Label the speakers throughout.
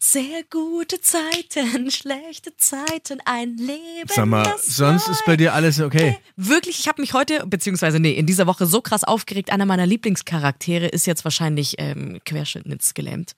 Speaker 1: Sehr gute Zeiten, schlechte Zeiten, ein Leben.
Speaker 2: Sag mal,
Speaker 1: das
Speaker 2: sonst ist bei dir alles okay.
Speaker 1: Wirklich, ich habe mich heute, beziehungsweise nee, in dieser Woche so krass aufgeregt. Einer meiner Lieblingscharaktere ist jetzt wahrscheinlich ähm, querschnittsgelähmt.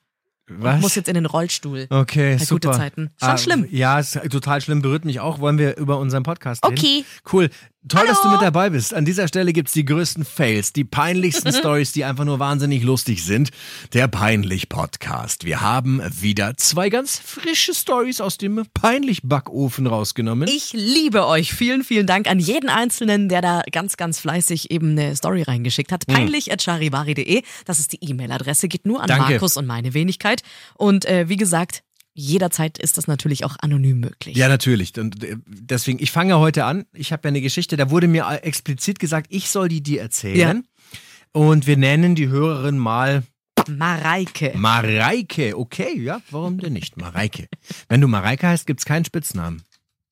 Speaker 2: Was?
Speaker 1: Muss jetzt in den Rollstuhl.
Speaker 2: okay,
Speaker 1: Bei
Speaker 2: super. Ah,
Speaker 1: gute Zeiten. Schon schlimm.
Speaker 2: Ja, ist total schlimm, berührt mich auch. Wollen wir über unseren Podcast reden?
Speaker 1: Okay.
Speaker 2: Cool. Toll, dass du mit dabei bist. An dieser Stelle gibt's die größten Fails, die peinlichsten Stories, die einfach nur wahnsinnig lustig sind. Der Peinlich-Podcast. Wir haben wieder zwei ganz frische Stories aus dem Peinlich-Backofen rausgenommen.
Speaker 1: Ich liebe euch. Vielen, vielen Dank an jeden Einzelnen, der da ganz, ganz fleißig eben eine Story reingeschickt
Speaker 2: Hm.
Speaker 1: hat. Peinlich.charivari.de. Das ist die E-Mail-Adresse. Geht nur an
Speaker 2: Danke.
Speaker 1: Markus und meine Wenigkeit. Und äh, wie gesagt, jederzeit ist das natürlich auch anonym möglich.
Speaker 2: Ja, natürlich. Und äh, deswegen, ich fange heute an. Ich habe ja eine Geschichte, da wurde mir explizit gesagt, ich soll die dir erzählen. Und wir nennen die Hörerin mal
Speaker 1: Mareike.
Speaker 2: Mareike. Okay, ja, warum denn nicht? Mareike. Wenn du Mareike heißt, gibt's keinen Spitznamen.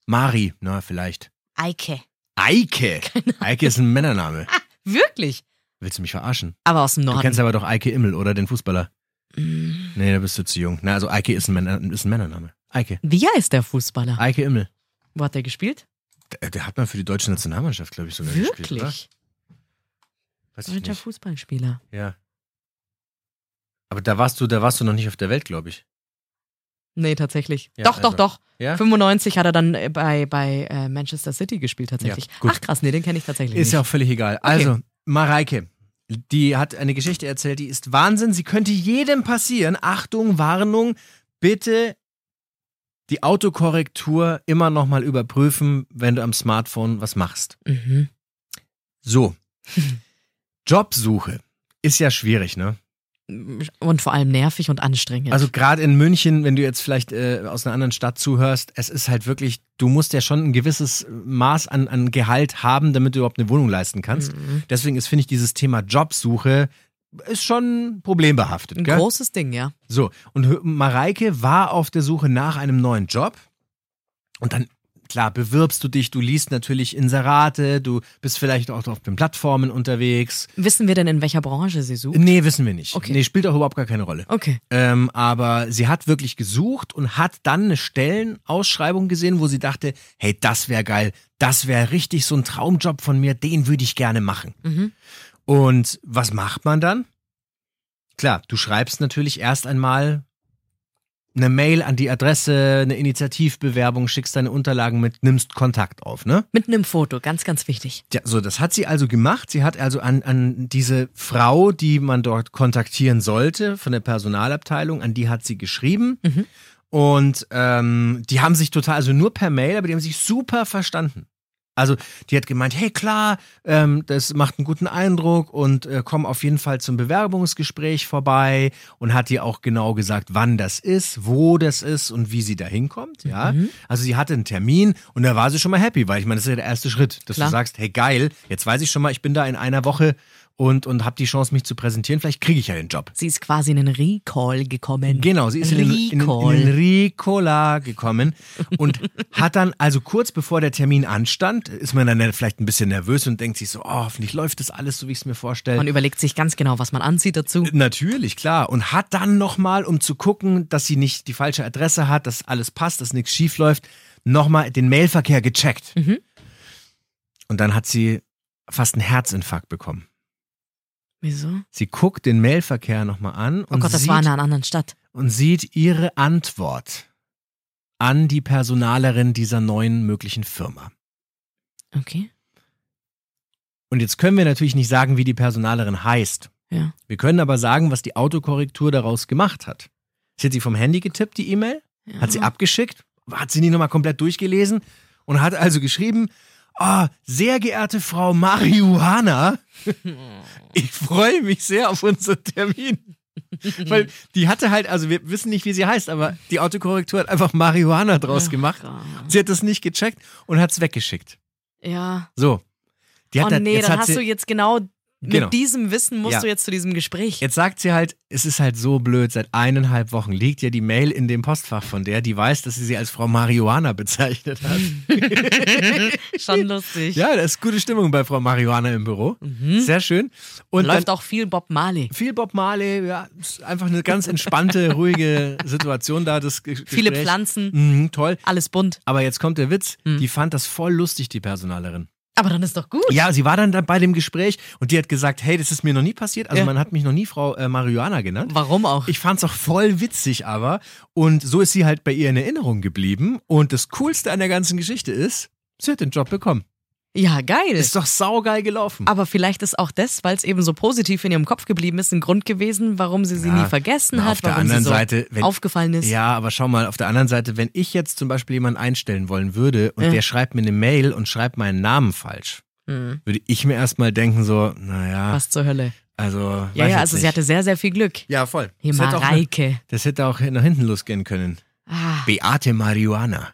Speaker 2: Mari, na, vielleicht.
Speaker 1: Eike.
Speaker 2: Eike. Eike ist ein Männername.
Speaker 1: Wirklich?
Speaker 2: Willst du mich verarschen?
Speaker 1: Aber aus dem
Speaker 2: Du kennst
Speaker 1: Norden. Mm.
Speaker 2: aber doch Eike Immel, oder? Den Fußballer. Nee, da bist du zu jung. Na, also Eike ist ein, Männer, ist ein Männername. Eike.
Speaker 1: Wie heißt der Fußballer?
Speaker 2: Eike Immel.
Speaker 1: Wo hat der gespielt?
Speaker 2: Der, der hat mal für die deutsche Nationalmannschaft, glaube ich, sogar gespielt, oder?
Speaker 1: Wirklich?
Speaker 2: Weiß ich
Speaker 1: Deutscher
Speaker 2: nicht.
Speaker 1: Fußballspieler.
Speaker 2: Ja. Aber da warst du, da warst du noch nicht auf der Welt, glaube ich.
Speaker 1: Nee, tatsächlich.
Speaker 2: Ja,
Speaker 1: doch,
Speaker 2: also.
Speaker 1: doch, doch.
Speaker 2: Ja?
Speaker 1: 95 hat er dann äh, bei, bei äh, Manchester City gespielt tatsächlich.
Speaker 2: Ja, gut.
Speaker 1: Ach krass, nee, den kenne ich tatsächlich
Speaker 2: Ist
Speaker 1: nicht.
Speaker 2: ja auch völlig egal. Also, Mareike, die hat eine Geschichte erzählt, die ist Wahnsinn. Sie könnte jedem passieren. Achtung, Warnung, bitte die Autokorrektur immer nochmal überprüfen, wenn du am Smartphone was machst.
Speaker 1: mhm.
Speaker 2: So. Jobsuche ist ja schwierig, ne?
Speaker 1: und vor allem nervig und anstrengend.
Speaker 2: Also gerade in München, wenn du jetzt vielleicht äh, aus einer anderen Stadt zuhörst, es ist halt wirklich, du musst ja schon ein gewisses Maß an, an Gehalt haben, damit du überhaupt eine Wohnung leisten kannst.
Speaker 1: Mhm.
Speaker 2: Deswegen ist, finde ich, dieses Thema Jobsuche ist schon problembehaftet.
Speaker 1: ein
Speaker 2: Gell?
Speaker 1: großes Ding, ja.
Speaker 2: So, und Hö- Mareike war auf der Suche nach einem neuen Job. Und dann, klar, bewirbst du dich, du liest natürlich Inserate, du bist vielleicht auch auf den Plattformen unterwegs.
Speaker 1: Wissen wir denn, in welcher Branche sie sucht?
Speaker 2: Nee, wissen wir nicht.
Speaker 1: Okay.
Speaker 2: Nee, spielt auch überhaupt gar keine Rolle.
Speaker 1: Okay.
Speaker 2: Ähm, aber sie hat wirklich gesucht und hat dann eine Stellenausschreibung gesehen, wo sie dachte, hey, das wäre geil, das wäre richtig so ein Traumjob von mir, den würde ich gerne machen.
Speaker 1: Mhm.
Speaker 2: Und was macht man dann? Klar, du schreibst natürlich erst einmal eine Mail an die Adresse, eine Initiativbewerbung, schickst deine Unterlagen mit, nimmst Kontakt auf, ne?
Speaker 1: Mit einem Foto, ganz, ganz wichtig.
Speaker 2: Ja, so, das hat sie also gemacht. Sie hat also an, an diese Frau, die man dort kontaktieren sollte, von der Personalabteilung, an die hat sie geschrieben.
Speaker 1: Mhm.
Speaker 2: Und ähm, die haben sich total, also nur per Mail, aber die haben sich super verstanden. Also die hat gemeint, hey klar, ähm, das macht einen guten Eindruck und äh, komm auf jeden Fall zum Bewerbungsgespräch vorbei und hat ihr auch genau gesagt, wann das ist, wo das ist und wie sie da hinkommt. Ja? Also sie hatte einen Termin und da war sie schon mal happy, weil ich meine, das ist ja der erste Schritt, dass
Speaker 1: Klar.
Speaker 2: du sagst, hey geil, jetzt weiß ich schon mal, ich bin da in einer Woche und, und habe die Chance, mich zu präsentieren, vielleicht kriege ich ja den Job.
Speaker 1: Sie ist quasi in den Recall gekommen.
Speaker 2: Genau, sie ist in den, in, den-
Speaker 1: Recall.
Speaker 2: in den Ricola gekommen und hat dann, also kurz bevor der Termin anstand, ist man dann vielleicht ein bisschen nervös und denkt sich so, oh, hoffentlich läuft das alles so, wie ich es mir vorstelle. Äh,
Speaker 1: Man überlegt sich ganz genau, was man anzieht dazu.
Speaker 2: Natürlich, klar. Und hat dann nochmal, um zu gucken, dass sie nicht die falsche Adresse hat, dass alles passt, dass nichts schief läuft, nochmal den Mailverkehr gecheckt.
Speaker 1: Mhm.
Speaker 2: Und dann hat sie fast einen Herzinfarkt bekommen.
Speaker 1: Wieso?
Speaker 2: Sie guckt den Mailverkehr nochmal an
Speaker 1: Oh
Speaker 2: und
Speaker 1: Gott, das
Speaker 2: sieht,
Speaker 1: war in einer anderen Stadt.
Speaker 2: und sieht ihre Antwort an die Personalerin dieser neuen möglichen Firma.
Speaker 1: Okay.
Speaker 2: Und jetzt können wir natürlich nicht sagen, wie die Personalerin heißt.
Speaker 1: Ja.
Speaker 2: Wir können aber sagen, was die Autokorrektur daraus gemacht hat. Sie hat sie vom Handy getippt, die E-Mail,
Speaker 1: ja.
Speaker 2: hat sie abgeschickt, hat sie nicht nochmal komplett durchgelesen und hat also geschrieben, Ah, sehr geehrte Frau Marihuana, ich freue mich sehr auf unseren Termin. Weil die hatte halt, also wir wissen nicht, wie sie heißt, aber die Autokorrektur hat einfach Marihuana draus gemacht.
Speaker 1: Gott.
Speaker 2: Sie hat das nicht gecheckt und hat es weggeschickt.
Speaker 1: Ja.
Speaker 2: So. Die hat
Speaker 1: oh
Speaker 2: dann-
Speaker 1: nee,
Speaker 2: jetzt
Speaker 1: dann
Speaker 2: hat
Speaker 1: hast
Speaker 2: sie,
Speaker 1: du jetzt genau,
Speaker 2: Genau.
Speaker 1: mit diesem Wissen musst
Speaker 2: Ja.
Speaker 1: du jetzt zu diesem Gespräch.
Speaker 2: Jetzt sagt sie halt, es ist halt so blöd, seit eineinhalb Wochen liegt ja die Mail in dem Postfach von der, die weiß, dass sie sie als Frau Marihuana bezeichnet hat.
Speaker 1: Mhm. Schon lustig.
Speaker 2: ja, da ist gute Stimmung bei Frau Marihuana im Büro. Sehr schön. Und dann
Speaker 1: Mhm. Läuft auch viel Bob Marley.
Speaker 2: viel Bob Marley, ja, ist einfach eine ganz entspannte, ruhige Situation da. Das Ge-
Speaker 1: Viele
Speaker 2: Gespräch.
Speaker 1: Pflanzen, Mhm.
Speaker 2: Mhm, toll.
Speaker 1: alles bunt.
Speaker 2: Aber jetzt kommt der Witz, die fand das voll lustig, die Personalerin.
Speaker 1: Aber dann ist doch gut.
Speaker 2: Ja, sie war dann da bei dem Gespräch und die hat gesagt, hey, das ist mir noch nie passiert. Also
Speaker 1: Ja.
Speaker 2: man hat mich noch nie Frau äh, Marihuana genannt.
Speaker 1: Warum auch?
Speaker 2: Ich fand's auch voll witzig, aber. Und so ist sie halt bei ihr in Erinnerung geblieben. Und das Coolste an der ganzen Geschichte ist, sie hat den Job bekommen.
Speaker 1: ja, geil.
Speaker 2: Ist doch saugeil gelaufen.
Speaker 1: aber vielleicht ist auch das, weil es eben so positiv in ihrem Kopf geblieben ist, ein Grund gewesen, warum sie sie
Speaker 2: Ja.
Speaker 1: nie vergessen
Speaker 2: Na,
Speaker 1: hat,
Speaker 2: auf der
Speaker 1: warum sie
Speaker 2: anderen
Speaker 1: so
Speaker 2: Seite, wenn-
Speaker 1: aufgefallen ist.
Speaker 2: Ja, aber schau mal, auf der anderen Seite, wenn ich jetzt zum Beispiel jemanden einstellen wollen würde und
Speaker 1: Ja.
Speaker 2: der schreibt mir eine Mail und schreibt meinen Namen falsch,
Speaker 1: Hm,
Speaker 2: würde ich mir erstmal denken, so, naja,
Speaker 1: was zur Hölle.
Speaker 2: also.
Speaker 1: Ja,
Speaker 2: weiß
Speaker 1: ja,
Speaker 2: jetzt
Speaker 1: also
Speaker 2: nicht.
Speaker 1: sie hatte sehr, sehr viel Glück.
Speaker 2: Ja, voll.
Speaker 1: Hier,
Speaker 2: Das hätte auch mit-
Speaker 1: Mareike.
Speaker 2: Das hätte auch nach hinten losgehen können.
Speaker 1: Ah.
Speaker 2: Beate Marihuana.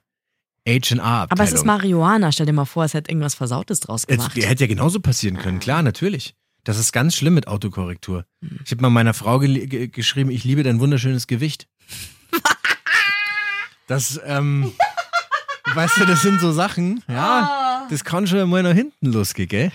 Speaker 2: HR.
Speaker 1: Aber es ist Marihuana. Stell dir mal vor, es hätte irgendwas Versautes draus
Speaker 2: Es,
Speaker 1: gemacht.
Speaker 2: der hätte ja genauso passieren können, klar, natürlich. Das ist ganz schlimm mit Autokorrektur. Ich habe mal meiner Frau gel- ge geschrieben, ich liebe dein wunderschönes Gewicht. Das, ähm, weißt du, das sind so Sachen,
Speaker 1: Ah.
Speaker 2: ja, das kann schon mal nach hinten losgehen, gell?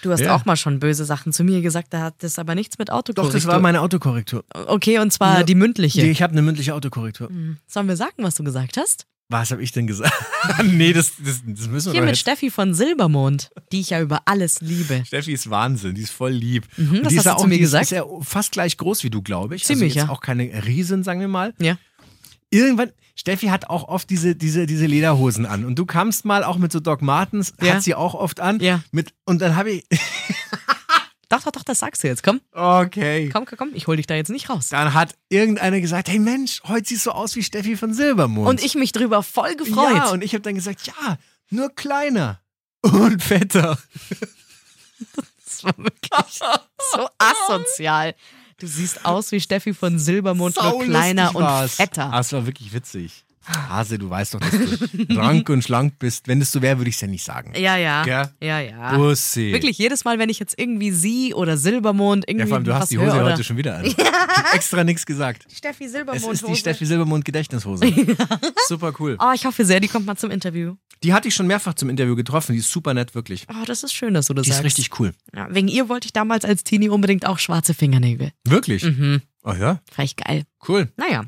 Speaker 1: Du hast
Speaker 2: Ja.
Speaker 1: auch mal schon böse Sachen zu mir gesagt, da hat das aber nichts mit
Speaker 2: Doch,
Speaker 1: Autokorrektur.
Speaker 2: das war meine Autokorrektur.
Speaker 1: Okay, und zwar
Speaker 2: Ja.
Speaker 1: Ah, die mündliche. Mhm.
Speaker 2: Ich habe eine mündliche Autokorrektur.
Speaker 1: Sollen wir sagen, was du gesagt hast?
Speaker 2: Was habe ich denn gesagt? nee, das, das, das müssen wir
Speaker 1: Hier
Speaker 2: doch
Speaker 1: mit
Speaker 2: jetzt.
Speaker 1: Steffi von Silbermond, die ich ja über alles liebe.
Speaker 2: Steffi ist Wahnsinn, die ist voll lieb. Und
Speaker 1: Mhm, was
Speaker 2: die ist
Speaker 1: hast
Speaker 2: ja
Speaker 1: du
Speaker 2: auch,
Speaker 1: zu mir
Speaker 2: die ist-
Speaker 1: gesagt?
Speaker 2: Ist ja fast gleich groß wie du, glaube ich.
Speaker 1: Ziemlich,
Speaker 2: also jetzt
Speaker 1: ja.
Speaker 2: auch keine Riesen, sagen wir mal.
Speaker 1: Ja.
Speaker 2: Irgendwann, Steffi hat auch oft diese, diese, diese Lederhosen an. Und du kamst mal auch mit so Doc Martens,
Speaker 1: Ja.
Speaker 2: hat sie auch oft an.
Speaker 1: Ja.
Speaker 2: Mit, und dann habe ich,
Speaker 1: Doch, doch, doch, das sagst du jetzt. Komm,
Speaker 2: okay.
Speaker 1: komm, komm, komm. Ich hol dich da jetzt nicht raus.
Speaker 2: Dann hat irgendeiner gesagt, hey Mensch, heute siehst du aus wie Steffi von Silbermond.
Speaker 1: Und ich mich drüber voll gefreut.
Speaker 2: Ja, und ich habe dann gesagt, ja, nur kleiner und fetter.
Speaker 1: das war wirklich so asozial. Du siehst aus wie Steffi von Silbermond, nur
Speaker 2: Saulustig
Speaker 1: kleiner und
Speaker 2: war's.
Speaker 1: fetter.
Speaker 2: Ah, es war wirklich witzig. Hase, du weißt doch, dass du rank und schlank bist. Wenn es so wäre, würde ich es ja nicht sagen.
Speaker 1: Ja, ja.
Speaker 2: Gell?
Speaker 1: Ja, ja.
Speaker 2: Bussi.
Speaker 1: Wirklich, jedes Mal, wenn ich jetzt irgendwie sie oder Silbermond irgendwie.
Speaker 2: Ja, vor allem, du
Speaker 1: was
Speaker 2: hast die Hose
Speaker 1: höre, oder
Speaker 2: heute schon wieder an. Ich hab extra nichts gesagt.
Speaker 1: Steffi
Speaker 2: Es
Speaker 1: Silbermond.
Speaker 2: ist die Steffi Silbermond Gedächtnishose. Super cool.
Speaker 1: Oh, ich hoffe sehr, die kommt mal zum Interview.
Speaker 2: Die hatte ich schon mehrfach zum Interview getroffen. Die ist super nett, wirklich.
Speaker 1: Oh, das ist schön, dass du das
Speaker 2: Die ist
Speaker 1: sagst.
Speaker 2: richtig cool.
Speaker 1: Ja, wegen ihr wollte ich damals als Teenie unbedingt auch schwarze Fingernägel.
Speaker 2: Wirklich?
Speaker 1: Mhm.
Speaker 2: Oh ja,
Speaker 1: Vielleicht geil.
Speaker 2: cool.
Speaker 1: Naja.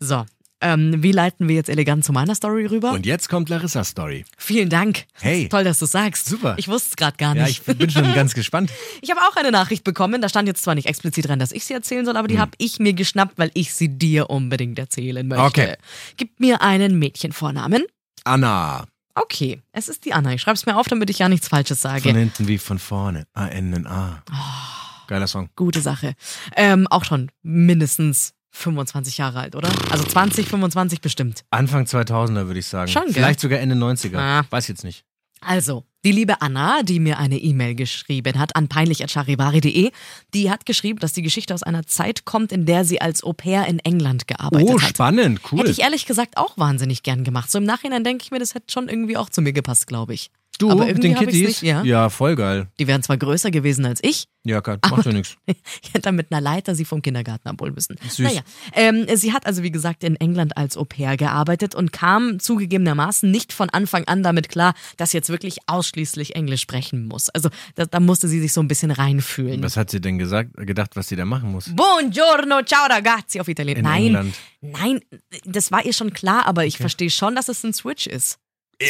Speaker 1: So. Ähm, wie leiten wir jetzt elegant zu meiner Story rüber?
Speaker 2: Und jetzt kommt Larissas Story.
Speaker 1: Vielen Dank.
Speaker 2: Hey.
Speaker 1: Toll, dass du sagst.
Speaker 2: Super.
Speaker 1: Ich wusste es gerade gar
Speaker 2: Ja,
Speaker 1: Ah, nicht.
Speaker 2: ich bin schon ganz gespannt.
Speaker 1: Ich habe auch eine Nachricht bekommen, da stand jetzt zwar nicht explizit dran, dass ich sie erzählen soll, aber
Speaker 2: Hm.
Speaker 1: die habe ich mir geschnappt, weil ich sie dir unbedingt erzählen möchte.
Speaker 2: Okay.
Speaker 1: Gib mir einen Mädchenvornamen.
Speaker 2: Anna.
Speaker 1: Okay, es ist die Anna. Ich schreibe es mir auf, damit ich ja nichts Falsches sage.
Speaker 2: Von hinten wie von vorne. A-N-N-A.
Speaker 1: Oh.
Speaker 2: Geiler Song.
Speaker 1: Gute Sache. Ähm, auch schon mindestens 25 Jahre alt, oder? Also 20, 25 bestimmt.
Speaker 2: Anfang 2000er würde ich sagen.
Speaker 1: Schon, gell?
Speaker 2: Vielleicht sogar Ende 90er.
Speaker 1: Ah.
Speaker 2: Weiß jetzt nicht.
Speaker 1: Also, die liebe Anna, die mir eine E-Mail geschrieben hat an peinlich.charivari.de, die hat geschrieben, dass die Geschichte aus einer Zeit kommt, in der sie als Au-pair in England gearbeitet
Speaker 2: Oh,
Speaker 1: hat.
Speaker 2: spannend, cool.
Speaker 1: Hätte ich ehrlich gesagt auch wahnsinnig gern gemacht. So im Nachhinein denke ich mir, das hätte schon irgendwie auch zu mir gepasst, glaube ich.
Speaker 2: du
Speaker 1: aber
Speaker 2: mit
Speaker 1: irgendwie
Speaker 2: den
Speaker 1: hab ich's
Speaker 2: Kitties?
Speaker 1: nicht, ja.
Speaker 2: voll geil.
Speaker 1: Die wären zwar größer gewesen als ich.
Speaker 2: Ja, Gott,
Speaker 1: Ah.
Speaker 2: macht ja nichts.
Speaker 1: Ich hätte dann mit einer Leiter sie vom Kindergarten abholen müssen.
Speaker 2: Süß.
Speaker 1: Naja, ähm, sie hat also wie gesagt in England als Au-pair gearbeitet und kam zugegebenermaßen nicht von Anfang an damit klar, dass sie jetzt wirklich ausschließlich Englisch sprechen muss. Also da, da musste sie sich so ein bisschen reinfühlen.
Speaker 2: Was hat sie denn gesagt, gedacht, was sie da machen muss?
Speaker 1: Buongiorno, ciao ragazzi auf Italienisch.
Speaker 2: In
Speaker 1: nein,
Speaker 2: England.
Speaker 1: nein, das war ihr schon klar, aber ich verstehe schon, dass es ein Switch ist.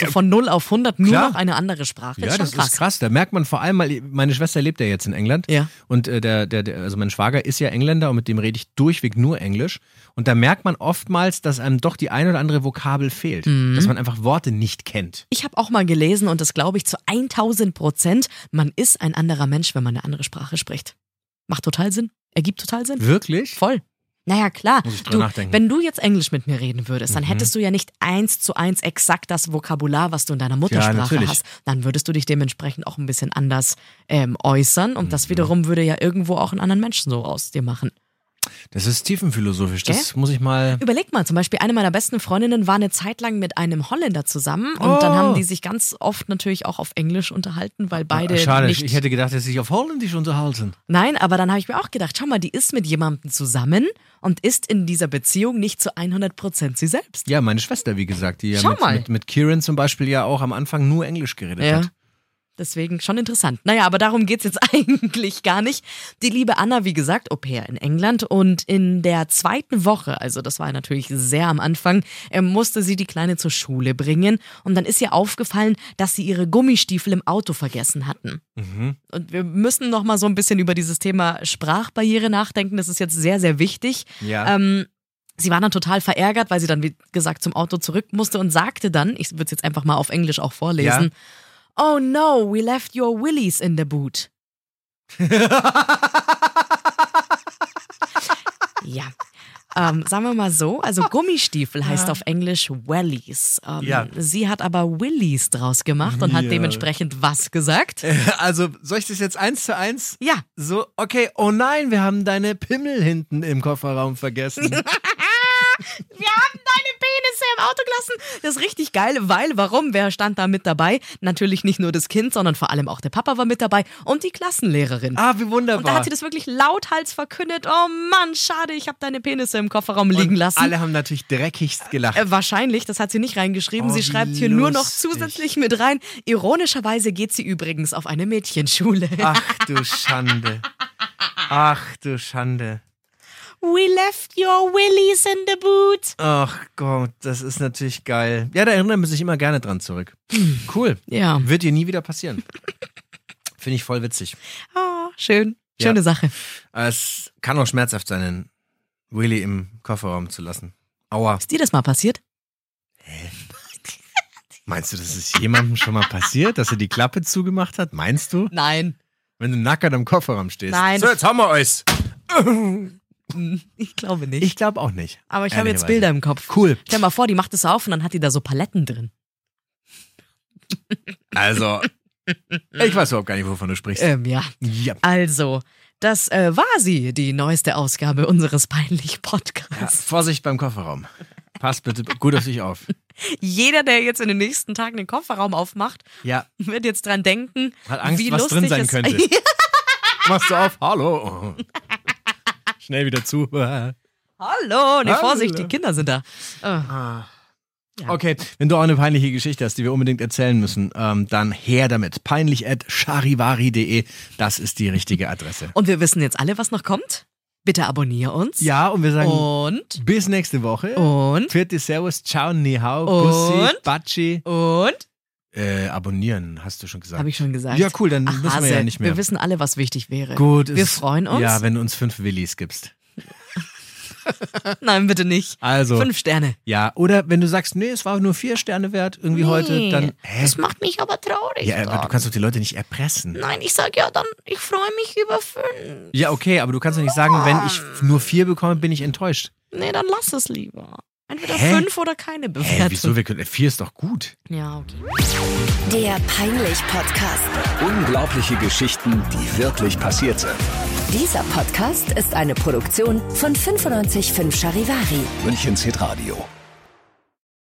Speaker 1: So von 0 auf 100 nur
Speaker 2: klar.
Speaker 1: noch eine andere Sprache.
Speaker 2: Ja,
Speaker 1: ist schon
Speaker 2: das
Speaker 1: krass.
Speaker 2: ist krass. Da merkt man vor allem, weil meine Schwester lebt ja jetzt in England.
Speaker 1: Ja.
Speaker 2: Und äh, der, der, der, also mein Schwager ist ja Engländer und mit dem rede ich durchweg nur Englisch. Und da merkt man oftmals, dass einem doch die ein oder andere Vokabel fehlt.
Speaker 1: Mhm.
Speaker 2: Dass man einfach Worte nicht kennt.
Speaker 1: Ich habe auch mal gelesen und das glaube ich zu 1000 Prozent, man ist ein anderer Mensch, wenn man eine andere Sprache spricht. Macht total Sinn. Ergibt total Sinn.
Speaker 2: Wirklich?
Speaker 1: Voll. Naja, klar.
Speaker 2: Muss ich drüber
Speaker 1: du,
Speaker 2: nachdenken. Mhm.
Speaker 1: wenn du jetzt Englisch mit mir reden würdest, dann hättest du ja nicht eins zu eins exakt das Vokabular, was du in deiner Muttersprache
Speaker 2: natürlich.
Speaker 1: hast. Dann würdest du dich dementsprechend auch ein
Speaker 2: Mhm.
Speaker 1: bisschen anders ähm, äußern und das wiederum würde ja irgendwo auch einen anderen Menschen so aus dir machen.
Speaker 2: Das ist tiefenphilosophisch. Das
Speaker 1: Gell?
Speaker 2: muss ich mal.
Speaker 1: Überleg mal, zum Beispiel eine meiner besten Freundinnen war eine Zeit lang mit einem Holländer zusammen und dann
Speaker 2: Oh.
Speaker 1: haben die sich ganz oft natürlich auch auf Englisch unterhalten, weil beide
Speaker 2: Ah, Schade,
Speaker 1: nicht.
Speaker 2: ich hätte gedacht, dass sie sich auf Holländisch unterhalten.
Speaker 1: Nein, aber dann habe ich mir auch gedacht, schau mal, die ist mit jemandem zusammen und ist in dieser Beziehung nicht zu 100% sie selbst.
Speaker 2: Ja, meine Schwester, wie gesagt, die ja
Speaker 1: Schau
Speaker 2: mit,
Speaker 1: mal.
Speaker 2: mit, mit Kieran zum Beispiel ja auch am Anfang nur Englisch geredet
Speaker 1: Ja.
Speaker 2: hat.
Speaker 1: Deswegen schon interessant. Naja, aber darum geht's jetzt eigentlich gar nicht. Die liebe Anna, wie gesagt, Au pair in England. Und in der zweiten Woche, also das war natürlich sehr am Anfang, äh, musste sie die Kleine zur Schule bringen. Und dann ist ihr aufgefallen, dass sie ihre Gummistiefel im Auto vergessen hatten. Und wir müssen noch mal so ein bisschen über dieses Thema Sprachbarriere nachdenken. Das ist jetzt sehr, sehr wichtig.
Speaker 2: Ja.
Speaker 1: Ähm, sie war dann total verärgert, weil sie dann, wie gesagt, zum Auto zurück musste und sagte dann, ich würde es jetzt einfach mal auf Englisch auch vorlesen, Oh no, we left your willies in the boot. ja. Ähm, sagen wir mal so, also Gummistiefel heißt auf Englisch Wellies. Ähm,
Speaker 2: Ja.
Speaker 1: Sie hat aber Willies draus gemacht und hat
Speaker 2: Ja.
Speaker 1: dementsprechend was gesagt?
Speaker 2: Also, soll ich das jetzt eins zu eins?
Speaker 1: Ja,
Speaker 2: So, okay, oh nein, wir haben deine Pimmel hinten im Kofferraum vergessen.
Speaker 1: Wir haben deine Penisse im Auto gelassen. Das ist richtig geil, weil, warum? Wer stand da mit dabei? Natürlich nicht nur das Kind, sondern vor allem auch der Papa war mit dabei und die Klassenlehrerin.
Speaker 2: ah, wie wunderbar.
Speaker 1: und da hat sie das wirklich lauthals verkündet. Oh Mann, schade, ich habe deine Penisse im Kofferraum liegen
Speaker 2: Und
Speaker 1: lassen.
Speaker 2: Alle haben natürlich dreckigst gelacht.
Speaker 1: Äh, wahrscheinlich, das hat sie nicht reingeschrieben.
Speaker 2: Oh,
Speaker 1: sie
Speaker 2: wie
Speaker 1: schreibt hier nur noch
Speaker 2: lustig.
Speaker 1: zusätzlich mit rein. Ironischerweise geht sie übrigens auf eine Mädchenschule.
Speaker 2: Ach du Schande. Ach du Schande.
Speaker 1: We left your willies in the boot.
Speaker 2: Ach Gott, das ist natürlich geil. Ja, da erinnern wir sich immer gerne dran zurück. Cool.
Speaker 1: Ja.
Speaker 2: Wird dir nie wieder passieren. Finde ich voll witzig.
Speaker 1: Ah, schön.
Speaker 2: Ja.
Speaker 1: Schöne Sache.
Speaker 2: Es kann auch schmerzhaft sein, einen Willy im Kofferraum zu lassen. Aua.
Speaker 1: Ist dir das mal passiert?
Speaker 2: Meinst du, das ist jemandem schon mal passiert, dass er die Klappe zugemacht hat? Meinst du?
Speaker 1: Nein.
Speaker 2: Wenn du nackert im Kofferraum stehst.
Speaker 1: Nein.
Speaker 2: So, jetzt haben wir euch.
Speaker 1: Ich glaube nicht.
Speaker 2: Ich glaube auch nicht.
Speaker 1: Aber ich habe jetzt
Speaker 2: Ehrlicherweise.
Speaker 1: Bilder im Kopf.
Speaker 2: Cool.
Speaker 1: Stell mal vor, die macht es auf und dann hat die da so Paletten drin.
Speaker 2: Also, ich weiß überhaupt gar nicht, wovon du sprichst.
Speaker 1: Ähm, ja.
Speaker 2: ja.
Speaker 1: Also, das äh, war sie, die neueste Ausgabe unseres peinlich Podcasts.
Speaker 2: Vorsicht beim Kofferraum. Pass bitte gut auf dich auf.
Speaker 1: Jeder, der jetzt in den nächsten Tagen den Kofferraum aufmacht,
Speaker 2: Ja.
Speaker 1: wird jetzt dran denken,
Speaker 2: Hat Angst,
Speaker 1: wie
Speaker 2: was
Speaker 1: lustig
Speaker 2: drin sein
Speaker 1: es
Speaker 2: könnte. Machst du auf? Hallo. Schnell wieder zu.
Speaker 1: Hallo, nee,
Speaker 2: Hallo.
Speaker 1: Vorsicht, die Kinder sind da. Äh,
Speaker 2: Okay, wenn du auch eine peinliche Geschichte hast, die wir unbedingt erzählen müssen, ähm, dann her damit. Peinlich at charivari.de, das ist die richtige Adresse.
Speaker 1: Und wir wissen jetzt alle, was noch kommt. Bitte abonniere uns.
Speaker 2: Ja, und wir sagen
Speaker 1: Und,
Speaker 2: bis nächste Woche.
Speaker 1: und,
Speaker 2: Vierte Servus, ciao, ni hao,
Speaker 1: Und?
Speaker 2: Bussi, Batschi.
Speaker 1: und.
Speaker 2: Äh, abonnieren, hast du schon gesagt.
Speaker 1: Habe ich schon gesagt.
Speaker 2: Ja, cool, dann wissen wir ja
Speaker 1: Hase,
Speaker 2: nicht mehr.
Speaker 1: Wir wissen alle, was wichtig wäre.
Speaker 2: Gut,
Speaker 1: Wir
Speaker 2: ist-
Speaker 1: freuen uns.
Speaker 2: Ja, wenn du uns fünf Willis gibst.
Speaker 1: Nein, bitte nicht.
Speaker 2: Also,
Speaker 1: Fünf Sterne.
Speaker 2: ja, oder wenn du sagst, nee, es war nur vier Sterne wert irgendwie heute, dann. Hä?
Speaker 1: Das macht mich aber traurig.
Speaker 2: Ja, aber du kannst doch die Leute nicht erpressen.
Speaker 1: Nein, ich sag ja dann, ich freue mich über fünf.
Speaker 2: Ja, okay, aber du kannst doch nicht sagen, wenn ich
Speaker 1: Ah.
Speaker 2: nur vier bekomme, bin ich enttäuscht.
Speaker 1: Nee, dann lass es lieber. Entweder
Speaker 2: Hä?
Speaker 1: fünf oder keine Bewertung.
Speaker 2: Hä, wieso? Wir können, vier ist doch gut.
Speaker 1: Ja, okay.
Speaker 3: Der Peinlich-Podcast.
Speaker 4: Unglaubliche Geschichten, die wirklich passiert sind.
Speaker 3: Dieser Podcast ist eine Produktion von 955 Charivari.
Speaker 4: Münchens Hitradio.